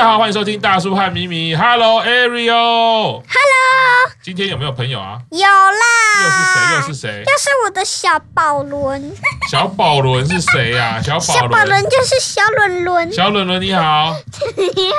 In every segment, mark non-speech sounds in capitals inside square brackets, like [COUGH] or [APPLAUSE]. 好，欢迎收听大叔和咪咪。Hello [LAUGHS] Ariel，Hello。今天有没有朋友啊？有又是谁？啦，又是谁？又是我的小宝轮，小宝伦是谁呀、小宝小宝伦轮，就是小轮轮， [LAUGHS] 小伦伦你好，你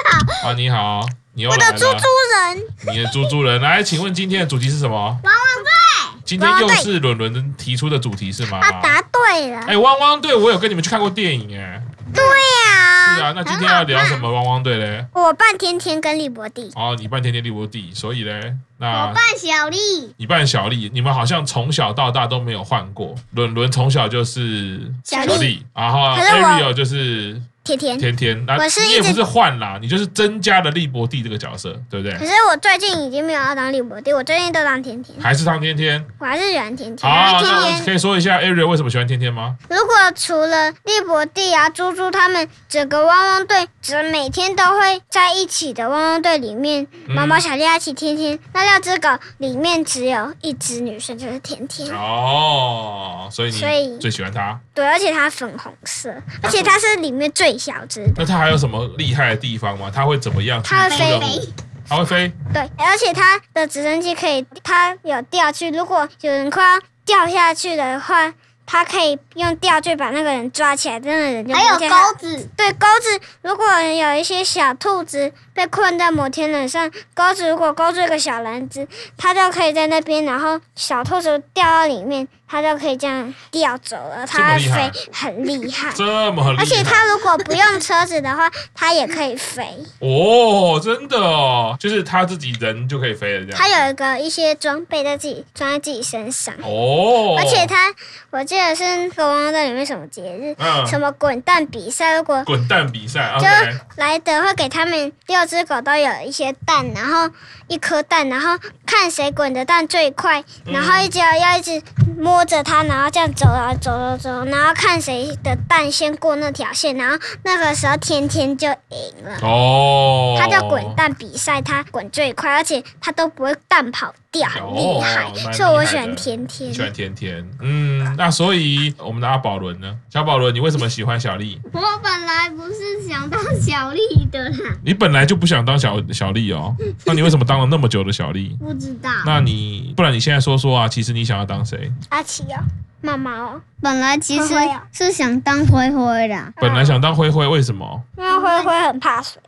好，啊你好，你又我来的了，猪猪人，你的猪猪人来，请问今天的主题是什么？汪汪队，今天汪又汪队是伦伦提出的主题是吗？他啊答对了，哎，汪汪队，我有跟你们去看过电影哎。对呀，是啊，那今天要聊什么汪汪队嘞？我扮甜甜跟李伯弟，哦，你扮甜甜利伯弟，所以嘞，那扮小丽，你扮小丽，你们好像从小到大都没有换过。伦伦从小就是小丽丽，然后可是我 Ariel 就是甜甜。甜甜，那我是你一也直不是换啦，你就是增加了利伯弟这个角色，对不可对？是我最近已经没有要当李伯弟，我最近都当甜甜，还是汤天天？我还是喜欢甜好，甜。因为甜那甜，可以说一下 Ariel 为什么喜欢天天吗？如果除了利伯弟啊、猪猪他们，整个汪汪队只每天都会在一起的汪汪队里面，嗯毛毛、小丽、阿啊奇、天天，那六只狗里面只有一只女生，就是甜甜。哦，所以所以你最喜欢他。对，而且它粉红色，而且它是里面最小只的。那他还有什么厉害的地方吗？他会怎么样去它会出飞任务？他会飞，对，而且它的直升机可以，它有吊具，如果有人快要掉下去的话，它可以用吊具把那个人抓起来，这样的人就还有不见了钩子，对钩子，如果有一些小兔子被困在摩天轮上，钩子如果勾住一个小篮子，它就可以在那边，然后小兔子掉到里面，它就可以这样吊走了，这么它会厉害飞 [LAUGHS] 很厉害。这么厉害，而且它如果不用车子的话，它也可以飞。哦，真的哦，就是他自己人就可以飞了这样。它有一个一些装备在自己装在自己身上，哦，而且它，我记得是那个《汪汪队》里面什么节日，什嗯，么滚蛋比赛，如果滚蛋比赛啊就，OK，莱德会给他们六只狗都有一些蛋，然后一颗蛋，然后看谁滚的蛋最快，嗯然后一直要要一直摸着它，然后这样走啊走走走，然后看谁的蛋先过那条线，然后那个时候天天就赢了。哦，他叫滚蛋比赛，他滚最快，而且他都不会蛋跑掉，很哦厉害蛮厉害。的所以我喜欢天你天喜，欢甜甜，嗯，那所以我们的阿宝伦呢？小宝伦，你为什么喜欢小丽？我本来不是想当小丽的啦，你本来就不想当小小丽哦，嗯那你为什么当了那么久的小 [LAUGHS] 丽？不知道。那你不然你现在说说啊，其实你想要当谁？阿奇哦，毛毛哦，本来其实灰灰啊是想当灰灰的，本来想当灰灰，为什么？因为灰灰很怕水。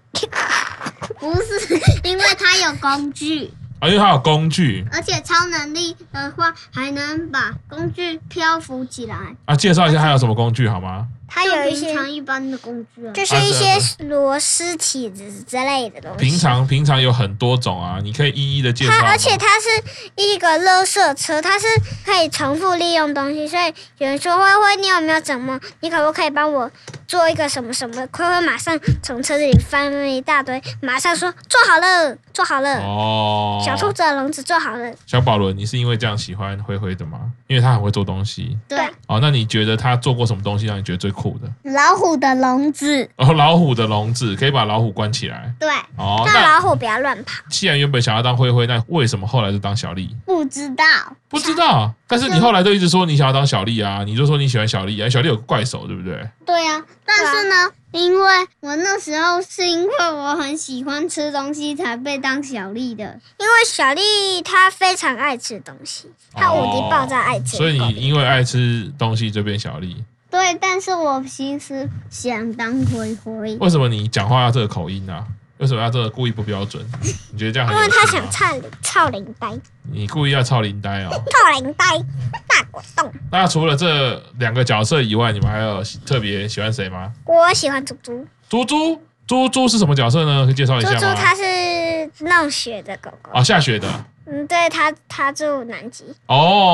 不是因为它有工具，啊，因为它有工具而且超能力的话还能把工具漂浮起来。啊。介绍一下它有什么工具好吗？ [LAUGHS] 它有一就些平常一般的工具啊，就是一些螺丝起子之类的东西。平常平常有很多种啊，你可以一一的介绍吗。它而且它是一个垃圾车，它是可以重复利用东西，所以有人说灰灰，你有没有怎么？你可不可以帮我做一个什么什么？灰灰马上从车子里翻了一大堆，马上说做好了，做好了，哦，小兔子的笼子做好了。小宝伦，你是因为这样喜欢灰灰的吗？因为他很会做东西。对，哦，那你觉得他做过什么东西让你觉得最酷的？ [LAUGHS] 老虎的笼子，哦，老虎的笼子可以把老虎关起来。对，哦，那那老虎不要乱跑，既然原本想要当灰灰，那为什么后来就当小丽？不知道，不知道，但是你后来都一直说你想要当小丽啊，你就说你喜欢小丽啊，小丽有个怪手，对不对？对啊，但是呢，因为我那时候是因为我很喜欢吃东西才被当小丽的，因为小丽她非常爱吃东西，她无敌爆炸爱哦吃狗。所以你因为爱吃东西就变小丽。对，但是我其实想当灰灰，为什么你讲话要这个口音啊？为什么要这个故意不标准？你觉得这样很因有为她趣吗想唱唱领带，你故意要操林呆哦。套领带大果冻。那除了这两个角色以外，你们还有特别喜欢谁吗？我喜欢猪猪。猪猪，猪猪是什么角色呢？可以介绍一猪下吗？猪它是弄雪的狗狗，哦，下雪的嗯，对，它它住南极，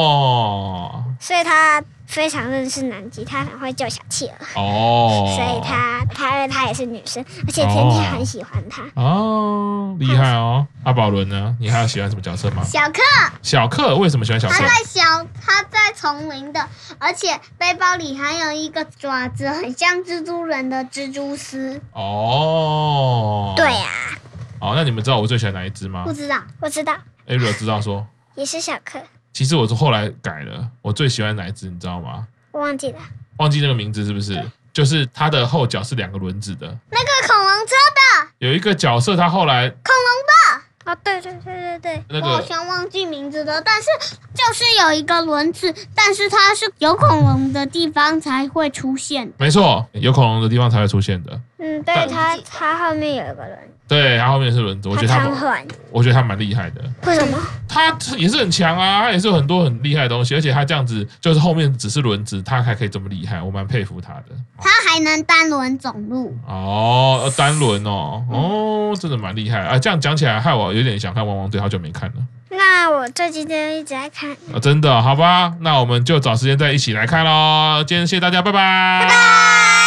哦所以它非常认识南极，它很会救小企鹅，哦，所以它它它也是女生，而且天哦天很喜欢它。哦厉害哦。阿宝伦呢？你还有喜欢什么角色吗？小克小克为什么喜欢小他克？在小他在丛林的，而且背包里还有一个爪子，很像蜘蛛人的蜘蛛丝，哦，对呀、哦，那你们知道我最喜欢哪一只吗不知道我知道， ？Ariel 知道说，也是小克，其实我是后来改了，我最喜欢哪一只，你知道吗？我忘记了。忘记那个名字是不是？就是它的后脚是两个轮子的，那个恐龙车的有一个角色，他后来哦，对对对对对，那我好个像忘记名字了，但是就是有一个轮子，但是它是有恐龙的地方才会出现。没错，有恐龙的地方才会出现的。嗯，对但他他后面有一个人，对，他后面是轮子，我觉他得他瘫蛮，痪，我觉得他蛮厉害的。为什么？他也是很强啊，他也是有很多很厉害的东西，而且他这样子就是后面只是轮子，他还可以这么厉害，我蛮佩服他的。它还能单轮走路，哦，呃单轮哦，嗯哦，真的蛮厉害啊！这样讲起来，害我有点想看《汪汪队》，好久没看了那我最近就一直在看。啊，真的，好吧，那我们就找时间再一起来看喽。今天谢谢大家，拜拜，拜拜。